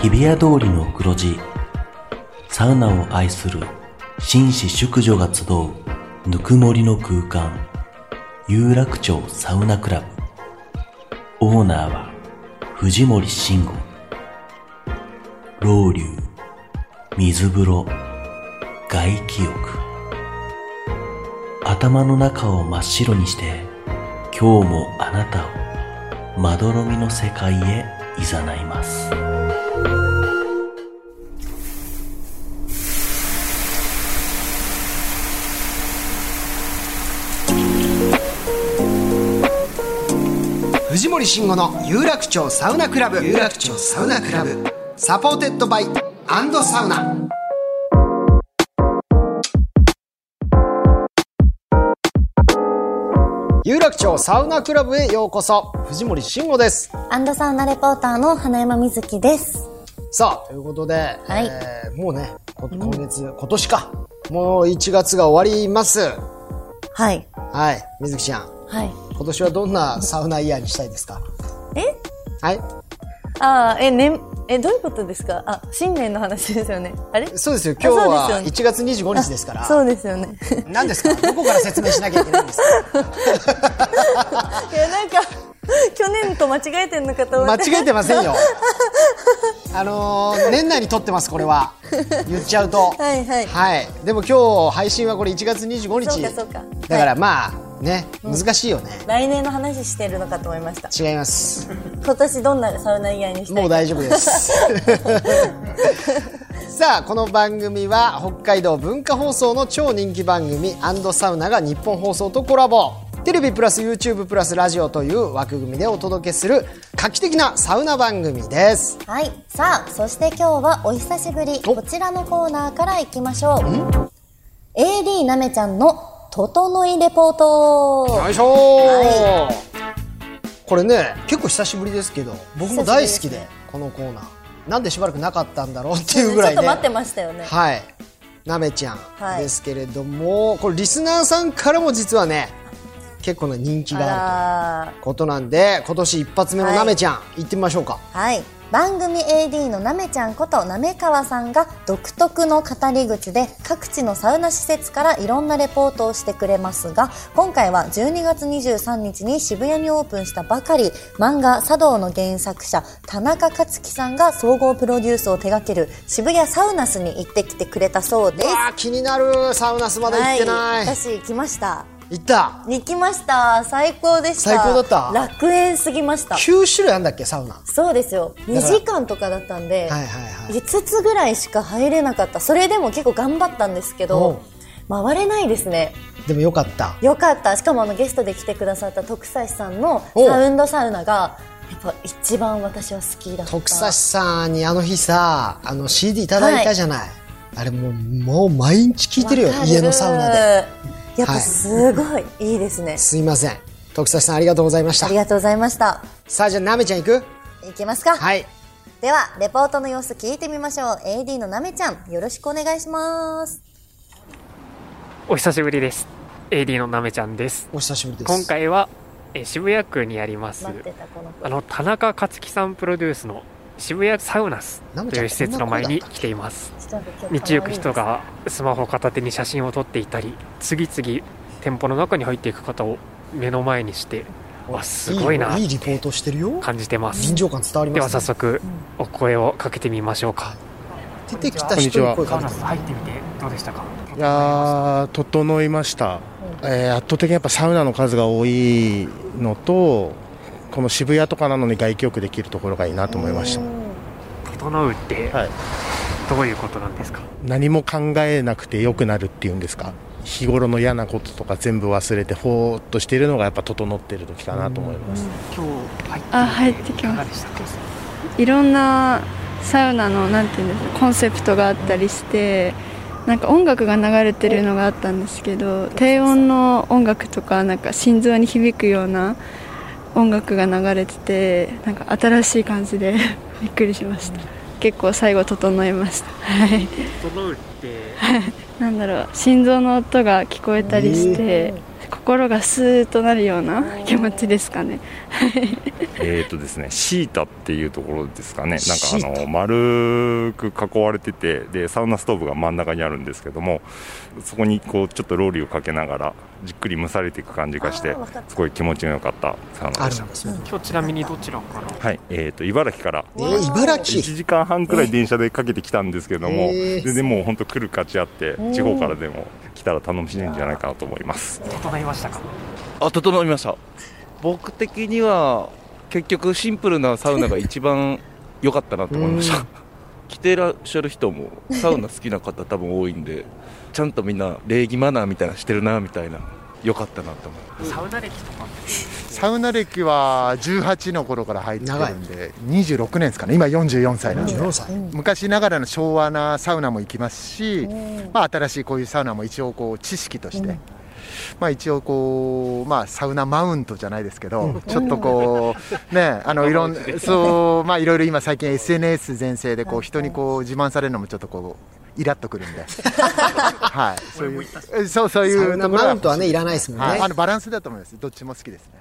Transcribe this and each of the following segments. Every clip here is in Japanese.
日比谷通りの黒字サウナを愛する紳士淑女が集うぬくもりの空間有楽町サウナクラブオーナーは藤森慎吾老流水風呂外気浴頭の中を真っ白にして今日もあなたをまどろみの世界へ誘います藤森慎吾の有楽町サウナクラブ有楽町サウナクラブサポーテッドバイアンドサウナ有楽町サウナクラブへようこそ藤森慎吾ですアンドサウナレポーターの花山瑞希です。さあということで、はいえーもうねこ今月、今年かもう1月が終わりますはい。はい水木ちゃんはい。今年はどんなサウナイヤーにしたいですかえはいああ、え、ね、え、どういうことですかあ、新年の話ですよね。あれそうですよ今日あそはうです1月25日ですからそうですよね。 何ですかどこから説明しなきゃいけないんですかいや、なんか、去年と間違えてんのかと思間って。違えてません よあのー年内に撮ってますこれは言っちゃうと はいはいでも今日配信はこれ1月25日そうかそうかだからまあね難しいよね、来年の話してるのかと思いました。違います今年どんなサウナ以外にしたいもう大丈夫です さあこの番組は北海道文化放送の超人気番組サウナが日本放送とコラボテレビプラス YouTube プラスラジオという枠組みでお届けする画期的なサウナ番組ですはい。さあ、そして今日はお久しぶり。おこちらのコーナーから行きましょう。AD なめちゃんの整いレポート。よいしょー、これね結構久しぶりですけど僕も大好きでこのコーナーなんでしばらくなかったんだろうっていうぐらいちょっとね待ってましたよね。はいなめちゃんはいですけれども、これリスナーさんからも実はね結構な人気があるあらーということなんで今年一発目のなめちゃん、行ってみましょうかはい。番組 AD のなめちゃんことなめかわさんが独特の語り口で各地のサウナ施設からいろんなレポートをしてくれますが、今回は12月23日に渋谷にオープンしたばかり、漫画茶道の原作者、田中克樹さんが総合プロデュースを手掛ける渋谷サウナスに行ってきてくれたそうです。あ気になるサウナスまだ行ってはない、い。私行きました。行った行きました。最高でした。最高だった楽園すぎました。 9種類あんだっけサウナそうですよら2時間とかだったんで、はいはいはい5つぐらいしか入れなかったそれでも結構頑張ったんですけど回れないですねでもよかったよかったしかもあのゲストで来てくださった徳橋さんのおサウンドサウナがやっぱ一番私は好きだった徳橋さんにあの日さあの CD いただいたじゃない、あれもうもう毎日聞いてるよわか家のサウナでやっぱすごいいいですね、すいません徳橋さんありがとうございましあたりがとうございましたさあじゃあなめちゃん行くいきますか、はいではレポートの様子聞いてみましょう AD のなめちゃんよろしくお願いしますお久しぶりです。AD のなめちゃんです。お久しぶりです今回は、えー渋谷区にあります、待ってたこの子あの、田中克樹さんプロデュースの渋谷サウナスなめちとゃんいう施設の前に来ています。道行く人がスマホ片手に写真を撮っていたり、次々店舗の中に入っていく方を目の前にして、わ、すごいないいリポートしてるよ感じてます臨。場感伝わりでまはす早速、お声をかけてみましょうか。出てきた人に声サかウけてナス入ってみてどうでしたかいやー整いました、えー圧倒的にやっぱサウナの数が多いのとこの渋谷とかなのに外気浴できるところがいいなと思いました整うってはい、どういうことなんですか、何も考えなくて良くなるっていうんですか日頃の嫌なこととか全部忘れてほーっとしているのがやっぱ整ってる時かなと思います今日入ってみてあ入ってきましたいかがでしたかいろんなサウナのなんていうんですかコンセプトがあったりしてなんか音楽が流れてるのがあったんですけど低音の音楽とかなんか心臓に響くような音楽が流れててなんか新しい感じで びっくりしました結構最後整えましたはい整うってなんだろう心臓の音が聞こえたりして心がスーッとなるような気持ちですかね。えっとですね、シータっていうところですかね、なんかあの丸く囲われててで、サウナストーブが真ん中にあるんですけども、そこにこうちょっとローリーをかけながら、じっくり蒸されていく感じがして、すごい気持ちの良かったサウナでした。今日ちなみにどちらからはいえー、と茨城から、えー茨城1時間半くらい電車でかけてきたんですけども、えー全然もう本当、来る価値あって、地方からでも来たら楽しいんじゃないかなと思います。整いましたかあ整いました僕的には結局シンプルなサウナが一番良かったなと思いましうた来てらっしゃる人もサウナ好きな方多分多いんでちゃんとみんな礼儀マナーみたいなのしてるなみたいな良かったなと思いますサウナ歴とかサウナ歴は18の頃から入ってるんで26年ですかね今44歳なんで24歳昔ながらの昭和なサウナも行きますし、まあ、新しいこういうサウナも一応こう知識として、まあ、一応こう、まあ、サウナマウントじゃないですけど、ちょっとこ う、ね、あのいろんそう、まあ、いろいろ今最近 SNS 全盛でこう人にこう自慢されるのもちょっとこうイラっとくるんで、 はい、そういうそうそういうサウナところマはウントはねいらないですもんはいねあのバランスだと思いますどっちも好きですね。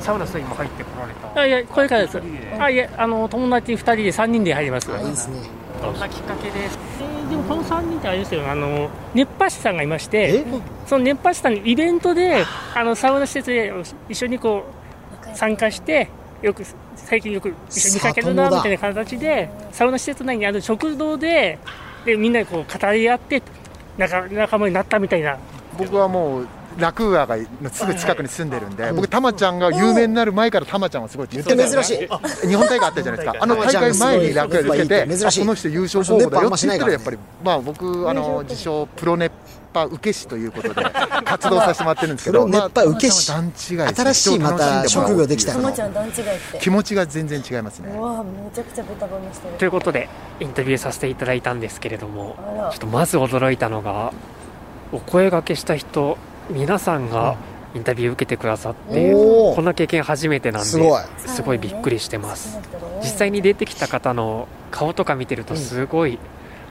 サウナスイも入ってこられたあいや、これからです。あいや、あの、友達2人で3人で入ります。いいですねどんなきっかけでえーでもこの3人ってあれですよ、あの、熱波師さんがいましえて、その熱波師さんのイベントで、あの、サウナ施設で一緒にこう、参加して、よく、最近よく一緒に見かけるな、み里のだたいな形で、サウナ施設内にある食堂で、で、みんなでこう、語り合って、仲仲間になったみたいな。僕はもうラクーアがすぐ近くに住んでるんで、僕、たまちゃんが有名になる前からたまちゃんはすごいって言って言って珍しいい日本大会あったじゃないですか、あの大会前にラクーアでタマちゃん出がすてて、ごい珍あしいこの人優勝候補だよって言って熱波るや真っ白いっかぱらり、まあ、僕、あの自称、プロ熱波受け師ということで、活動させてもらってるんですけど、プロ熱波受け師まあたまちゃんは段違い新ですねしいまた職業できたたのまちゃん段違いって気持ちが全然違いますね。わあめちゃくちゃベタボメしてといるうことでインタビューさせていただいたんですけれどもあらちょっとまず驚いたのがお声掛けした人皆さんがインタビュー受けてくださっておーこんな経験初めてなんですごいすごいびっくりしてます好きな人が多い実際に出てきた方の顔とか見てるとすごい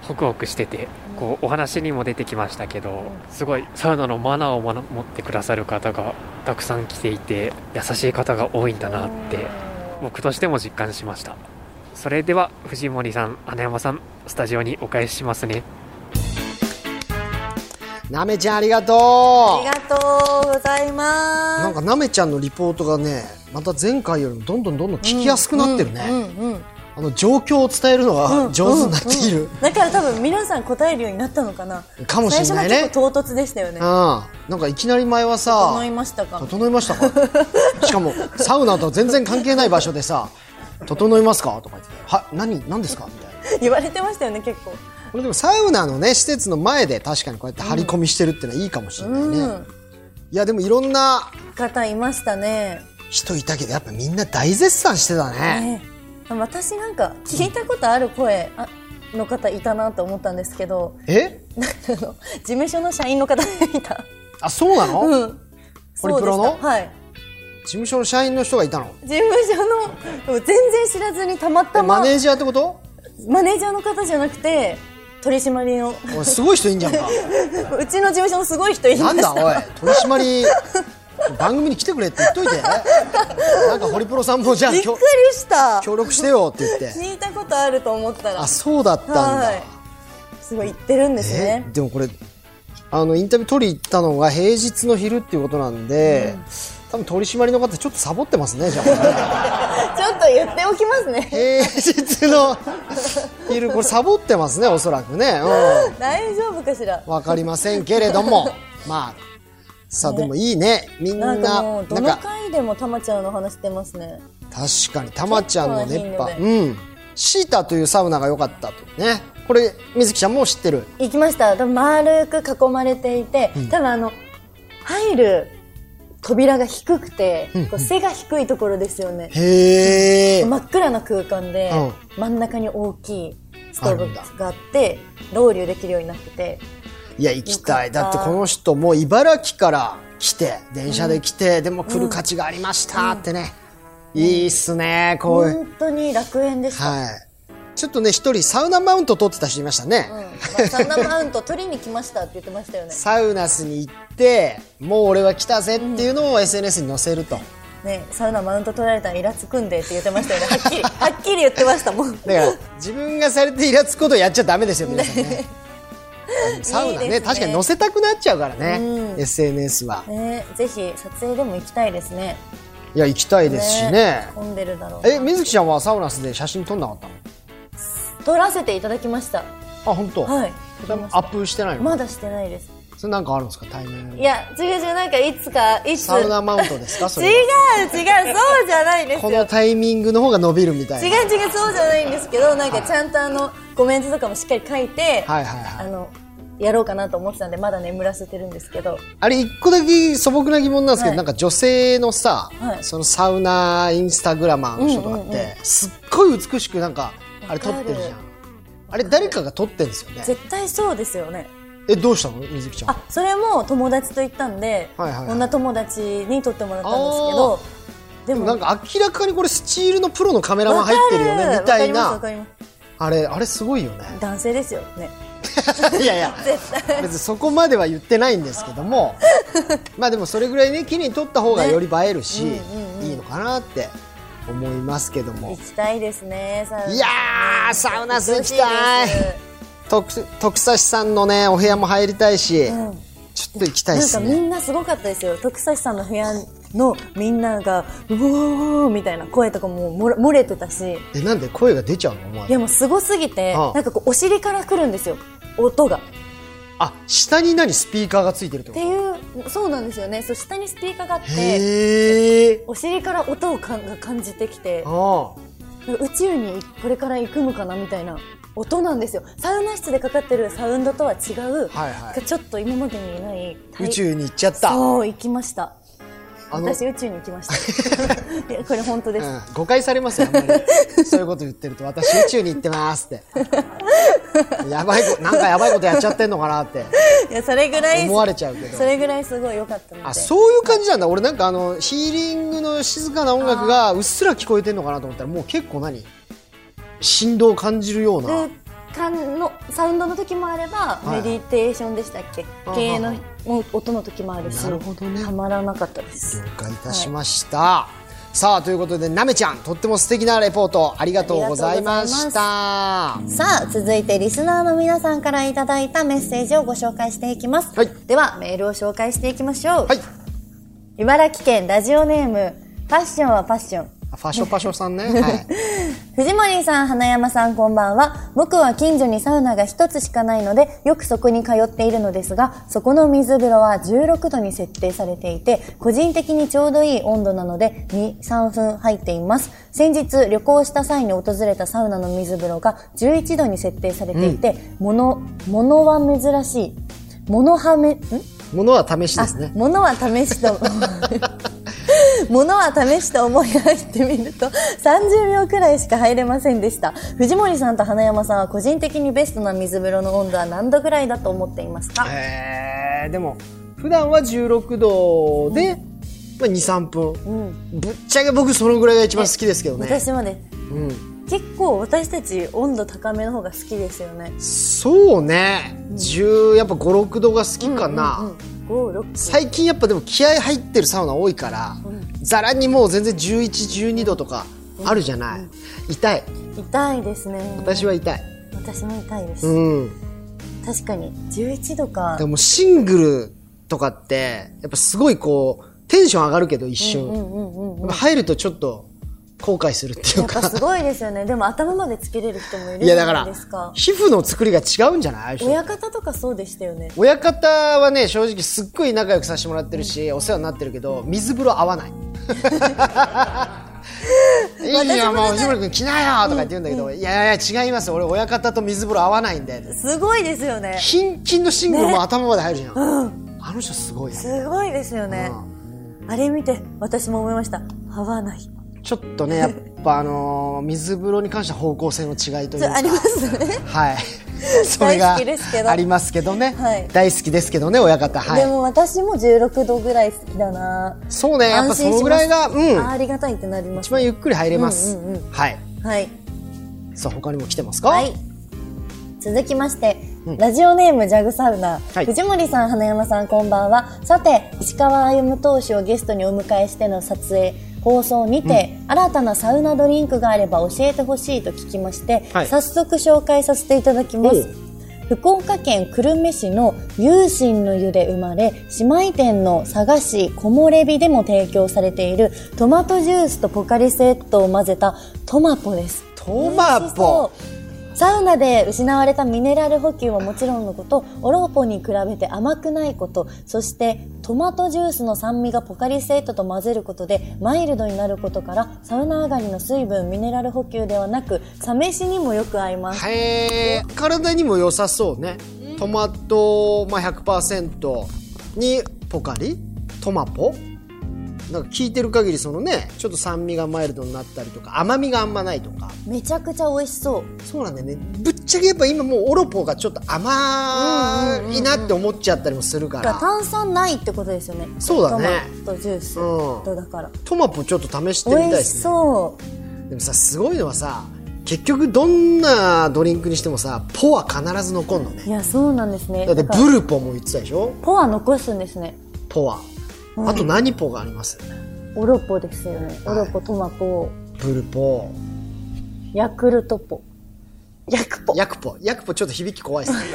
ホクホクしててこうお話にも出てきましたけどすごいサウナのマナーを学持ってくださる方がたくさん来ていて優しい方が多いんだなって僕としても実感しましたそれでは藤森さん花山さんスタジオにお返ししますねなめちゃんありがとうありがとうございますなんかなめちゃんのリポートがねまた前回よりもどんどんどんどん聞きやすくなってるね、うんうんうんあの状況を伝えるのが上手になっている、だから多分皆さん答えるようになったのかなかもしれない最ね初の結構唐突でしたよねうん、なんかいきなり前はさ整いましたか整いましたか しかもサウナとは全然関係ない場所でさ「整いますか?」とか言って「は何何ですか?」みたいな言われてましたよね結構これでもサウナのね施設の前で確かにこうやって張り込みしてるってのはいいかもしれないね、うんいやでもいろんな方いましたね人いたけどやっぱみんな大絶賛してたねね私なんか聞いたことある声あの方いたなと思ったんですけどえなんかあの事務所の社員の方がいたあそうなの、事うんホリプロのそうでしたはい務所の社員の人がいたの事務所の全然知らずにたまたえまマネージャーってことマネージャーの方じゃなくて取締りの おいすごい人いんじゃんかうちの事務所のすごい人いなまんしだたおい取締り番組に来てくれって言っといてなんかホリプロさんもじゃあびっく協りした協力してよって言って聞いたことあると思ったらあそうだったんだ、はいすごい言ってるんですねえでもこれあのインタビュー取り行ったのが平日の昼っていうことなんで、多分取締りの方ちょっとサボってますねじゃあ ちょっと言っておきますね平日の昼これサボってますねおそらくねう大丈夫かしらんわかりませんけれど もまあさあでもいいねみんななんかもうどなのんか回でもたまちゃんの話してますね確かにたまちゃんの熱結構な波頻度うんシータというサウナが良かったとねこれ水木ちゃんも知ってる行きましたでも丸く囲まれていて、ただあの入る扉が低くて、こう背が低いところですよねへえ、真っ暗な空間で、う真ん中に大きいストーあるんだブがあってロウリュできるようになってていや行きたいよかだっったてこの人もう茨城から来て電車で来て、でも来る価値がありましたってね、いいっすねこういう、本当に楽園でした、はいちょっとね一人サウナマウント取ってた人いましたね、まあサウナマウント取りに来ましたって言ってました よね。サウナスに行ってもう俺は来たぜっていうのを SNS に載せると、ね、サウナマウント取られたらイラつくんでって言って ましたよね。はっきり、はっきり言ってましたもん。だから自分がされてイラつくことやっちゃダメですよ皆さん ねサウナねいいですね確かに載せたくなっちゃうからね、うん SNS はね、ぜひ撮影でも行きたいですね。いや行きたいですしね混んでるだろう。え水木ちゃんはサウナスで写真撮んなかったの撮らせていただきました。あ本当、はい。それもアップしてないの、まだしてないです。それなんかあるんですかタイミングいや、違う違う、なんかいつか、いつ。サウナマウントですかそ違うれは違う、そうじゃないですこよの。タイミングの方が伸びるみたい違うな違う、そうじゃないんですけど、なんかちゃんとあの、コメントとかもしっかり書いて、はいはいはいあの、やろうかなと思ってたんで、まだ眠らせてるんですけど、あれ一個だけ素朴な疑問なんですけど、はいなんか女性のさ、はいそのサウナインスタグラマーの人とかって、うんうんうんすっごい美しくなんかあれわ撮かるってるじゃんあれ誰かが撮ってるんですよね絶対そうですよね。えどうしたの水木ちゃんあ、それも友達と行ったんで、はいはいはい女友達に撮ってもらったんですけど、ででもなんか明らかにこれスチールのプロのカメラマン入ってるよねみたいなわかりますわかりあれあれすごいよねます男性ですよね。いやいや 絶対。別にそこまでは言ってないんですけども まあでもそれぐらいね綺麗に撮った方がより映えるし、ねうんうんうんいいのかなって思いますけども行きたいですね、サウナ。いやーサウナス行きたい行ってほしです徳徳差さんのねお部屋も入りたいし、うんちょっと行きたいでなんすかみねんなすごかったですよ徳橋さんの部屋のみんながうおーみたいな声とかも漏れ漏れてたしえなんで声が出ちゃうのお前いやもうすごすぎてああなんかこうお尻から来るんですよ音がっあ下に何スピーカーがついてるってこていうそうなんですよねそう下にスピーカーがあっとてへえお尻から音をかんが感じてきてあなんか宇宙にこれから行くのかなみたいな音なんですよサウナ室でかかってるサウンドとは違う、はいはいなんかちょっと今までにないあ宇宙に行っちゃったそう行きましたあの私宇宙に行き ましたいやこれ本当です、うん誤解されますよ、あんまりそういうこと言ってると、私、宇宙に行ってますって、やばいこなんかやばいことやっちゃってんのかなっていやそれぐらい思われちゃうけどそ、れぐらいすごい良かったのであそういう感じなんだ、俺、なんかあのヒーリングの静かな音楽がうっすら聞こえてんのかなと思ったら、もう結構何、振動を感じるような、空間のサウンドの時もあれば、いはいメディテーションでしたっけあ系はのいはもう音の時もあるしなるほどねたまらなかったで了す解いたしました。さあということで、なめちゃん、とっても素敵なレポート、ありがとうございました。さあ続いてリスナーの皆さんからいただいたメッセージをご紹介していきます、はいではメールを紹介していきましょう、はい、茨城県ラジオネームファッションはファッションあファショパショさんね、 はい、藤森さん、花山さん、こんばんは。僕は近所にサウナが一つしかないので、よくそこに通っているのですが、そこの水風呂は16度に設定されていて、個人的にちょうどいい温度なので、2、3分入っています。先日、旅行した際に訪れたサウナの水風呂が11度に設定されていて、もの、ものは珍しい。ものはめ、んものは試しですね。ものは試しと ものは試しと思い入ってみると30秒くらいしか入れませんでした藤森さんと花山さんは個人的にベストな水風呂の温度は何度くらいだと思っていますか、えーでも普段は16度で、まあ、23分うんぶっちゃけ僕そのぐらいが一番好きですけどね、私もねうん、結構私たち温度高めの方が好きですよねそうね10やっぱ56度が好きかな、 56最近やっぱでも気合入ってるサウナ多いから、ざらにもう全然1112度とかあるじゃない、痛い痛いですね私は痛い私も痛いです、うん確かに11度かでもシングルとかってやっぱすごいこうテンション上がるけど一瞬、うんうんうんやっぱ入るとちょっと後悔するっていやうっかぱすごいですよねでも頭までつけれる人もいるいじやだかゃないらですか皮膚の作りが違うんじゃないああいう人親方とかそうでしたよね親方はね正直すっごい仲良くさせてもらってるし、お世話になってるけど水風呂合わ ないいいよもう藤森君来なよとか言って言うんだけど、いやいや違います俺親方と水風呂合わないんですごいですよねキンキンのシングルも頭まで入るじゃん、あの人すごいよねすごいですよね、あれ見て私も思いました合わないちょっとねやっぱあのー水風呂に関しては方向性の違いというそれかありますね、はいそれが大好きですけどありますけどね、はい大好きですけどね親方はいでも私も16度ぐらい好きだなそうね、やっぱそのぐらいが、う安心しますん、あありがたいってなりま一す番ゆっくり入れます。うんうんうんはい。はいさあ他にも来てますか、はい続きまして、ラジオネームジャグサウナ、はい藤森さん花山さんこんばんはさて石川歩夢投手をゲストにお迎えしての撮影放送にて、新たなサウナドリンクがあれば教えてほしいと聞きまして、はい早速紹介させていただきます福岡県久留米市の有心の湯で生まれ姉妹店の佐賀市木漏れ日でも提供されているトマトジュースとポカリスエットを混ぜたトマポですトマポサウナで失われたミネラル補給はもちろんのことオローポに比べて甘くないことそしてトマトジュースの酸味がポカリスエットと混ぜることでマイルドになることからサウナ上がりの水分ミネラル補給ではなくサ飯にもよく合いますへえ体にも良さそうね、トマト、まあ、100%にポカリトマポなんか聞いてる限りそのねちょっと酸味がマイルドになったりとか甘みがあんまないとかめちゃくちゃ美味しそうそうなんだよねぶっちゃけやっぱ今もうオロポがちょっと甘いなって思っちゃったりもするかだからら炭酸ないってことですよねそうだねトマトジュースうんとだからトマポちょっと試してみたい美で味しすねそうでもさすごいのはさ結局どんなドリンクにしてもさポは必ず残るのねいやそうなんですねだってだからブルポも言ってたでしょポは残すんですねポはあと何ポがありますオロポですよねオロポトマポブルポヤクルトポヤクポヤクポヤクポちょっと響き怖い ですね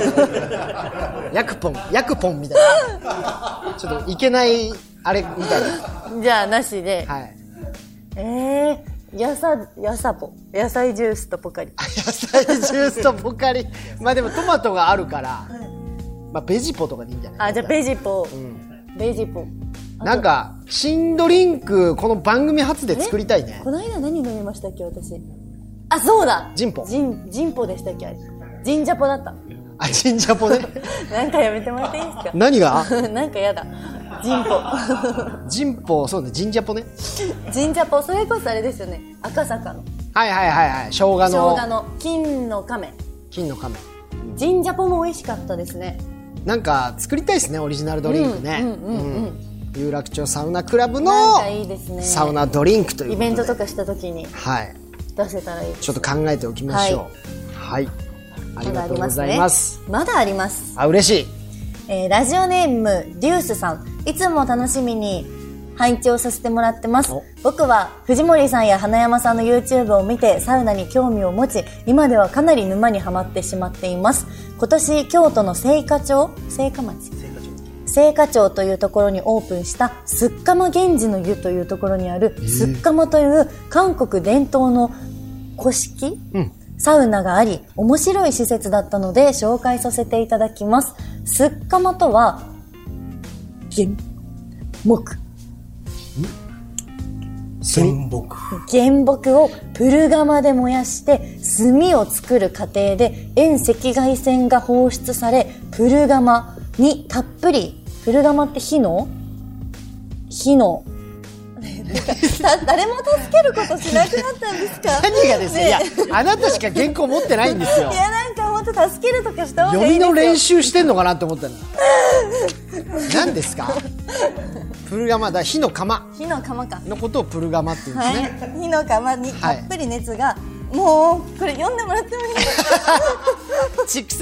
ヤクポンヤクポンみたいなちょっといけないあれみたいなじゃあなしで、はいええー、やさやさポ野菜ジュースとポカリ野菜ジュースとポカリまあでもトマトがあるから、まあ、ベジポとかでいいんじゃないあじゃあベジポ、ベジポなんか新ドリンクこの番組初で作りたいねこの間何飲みましたっけ私あそうだジンポジンジンポでしたっけあれジンジャポ だったあジンジャポねなんかやめてもらっていいですか何が なんかやだ。ジンポ。 ジンポそうねジンジャポねジンジャポ、それこそあれですよね。赤坂の。はいはいはいはい生姜の生姜の金の亀。金の亀ジンジャポも美味しかったですね。なんか作りたいですねオリジナルドリンクねうんうんうんううんん有楽町サウナクラブのなんかいいですね。サウナドリンクというイことでベントとかした時にはい出せたらいいです。ちょっと考えておきましょうはい、ありがとうございますまだあります。あ嬉しいえーラジオネームデュースさんいつも楽しみに拝聴させてもらってますお僕は藤森さんや花山さんの YouTube を見てサウナに興味を持ち今ではかなり沼にはまってしまっています今年京都の聖火町聖火町聖火町というところにオープンしたすっかま源氏の湯というところにあるすっかまという韓国伝統の古式、サウナがあり面白い施設だったので紹介させていただきますすっかまとは原木仙木原木をプル窯で燃やして炭を作る過程で遠赤外線が放出されプル窯にたっぷりプル窯って火の火の だ誰も助けることしなくなったんですか何がですよ、ねいやあなたしか原稿持ってないんですよ いやなんかもっと助けるとかした方が読いみいですのよ練習してんのかなって思ったの何ですかプルガマだ火の釜火の釜か、のことをプルガマって言うんではすいね、、火の釜にたっぷり熱が、もうこれ読んでもらってもいいですか蓄積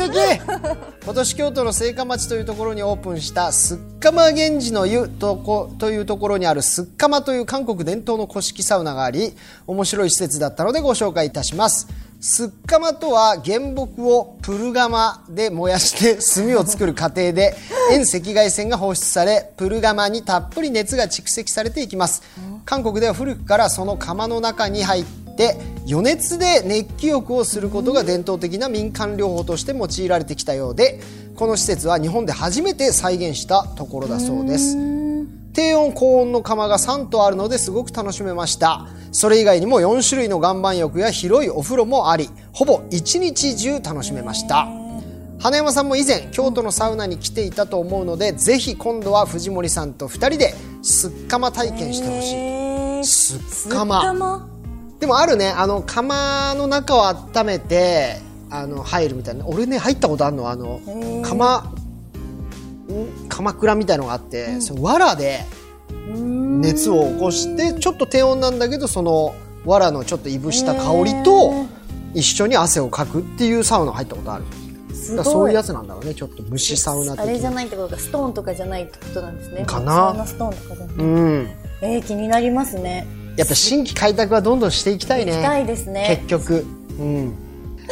今年京都の聖火町というところにオープンしたすっかま源氏の湯とこというところにあるすっかまという韓国伝統の古式サウナがあり面白い施設だったのでご紹介いたしますすっかまとは原木をプル窯で燃やして炭を作る過程で遠赤外線が放出されプル窯にたっぷり熱が蓄積されていきます韓国では古くからその窯の中に入ってで余熱で熱気浴をすることが伝統的な民間療法として用いられてきたようでこの施設は日本で初めて再現したところだそうです低温高温の釜が3棟あるのですごく楽しめましたそれ以外にも4種類の岩盤浴や広いお風呂もありほぼ一日中楽しめました花山さんも以前京都のサウナに来ていたと思うのでぜひ今度は藤森さんと2人ですっかま体験してほしい、えーすっか釜までもあるねあの釜の中を温めてあの入るみたいな俺ね入ったことあるのあのー釜ん鎌倉みたいのがあって、その藁で熱を起こしてちょっと低温なんだけどその藁のちょっといぶした香りと、一緒に汗をかくっていうサウナ入ったことあるすだかごらそいういうやつなんだろうねちょっと虫サウナあれ的じゃなないってことかストーンとかじゃないってことなんですねかなサウナストーンとかじゃない、うんえー、気になりますねやっぱ新規開拓はどんどんしていきたいね行きたいですね結局うん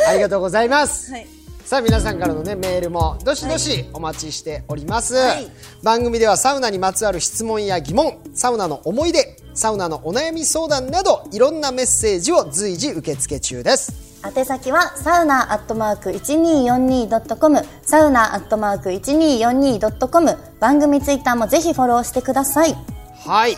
ありがとうございますはいさあ皆さんからのねメールもどしどしお待ちしております、はい番組ではサウナにまつわる質問や疑問サウナの思い出サウナのお悩み相談などいろんなメッセージを随時受付中です宛先はサウナアットマーク 1242.com サウナアットマーク 1242.com 番組ツイッターもぜひフォローしてくださいはい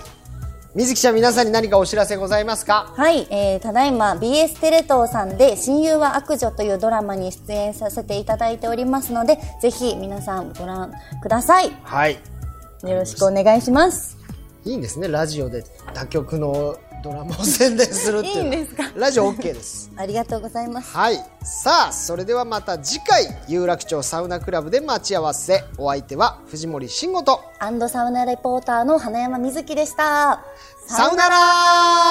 水木ちゃん皆さんに何かお知らせございますかはい、えー、ただいま BS テレ東さんで「親友は悪女」というドラマに出演させていただいておりますのでぜひ皆さんご覧くださいよはいろしくお願いしますいいんですねラジオで他局のドラマを宣伝するっていうのはいいんですかラジオ OK ですありがとうございますはいさあそれではまた次回有楽町サウナクラブで待ち合わせお相手は藤森慎吾とアンドサウナレポーターの花山瑞希でしたさよなら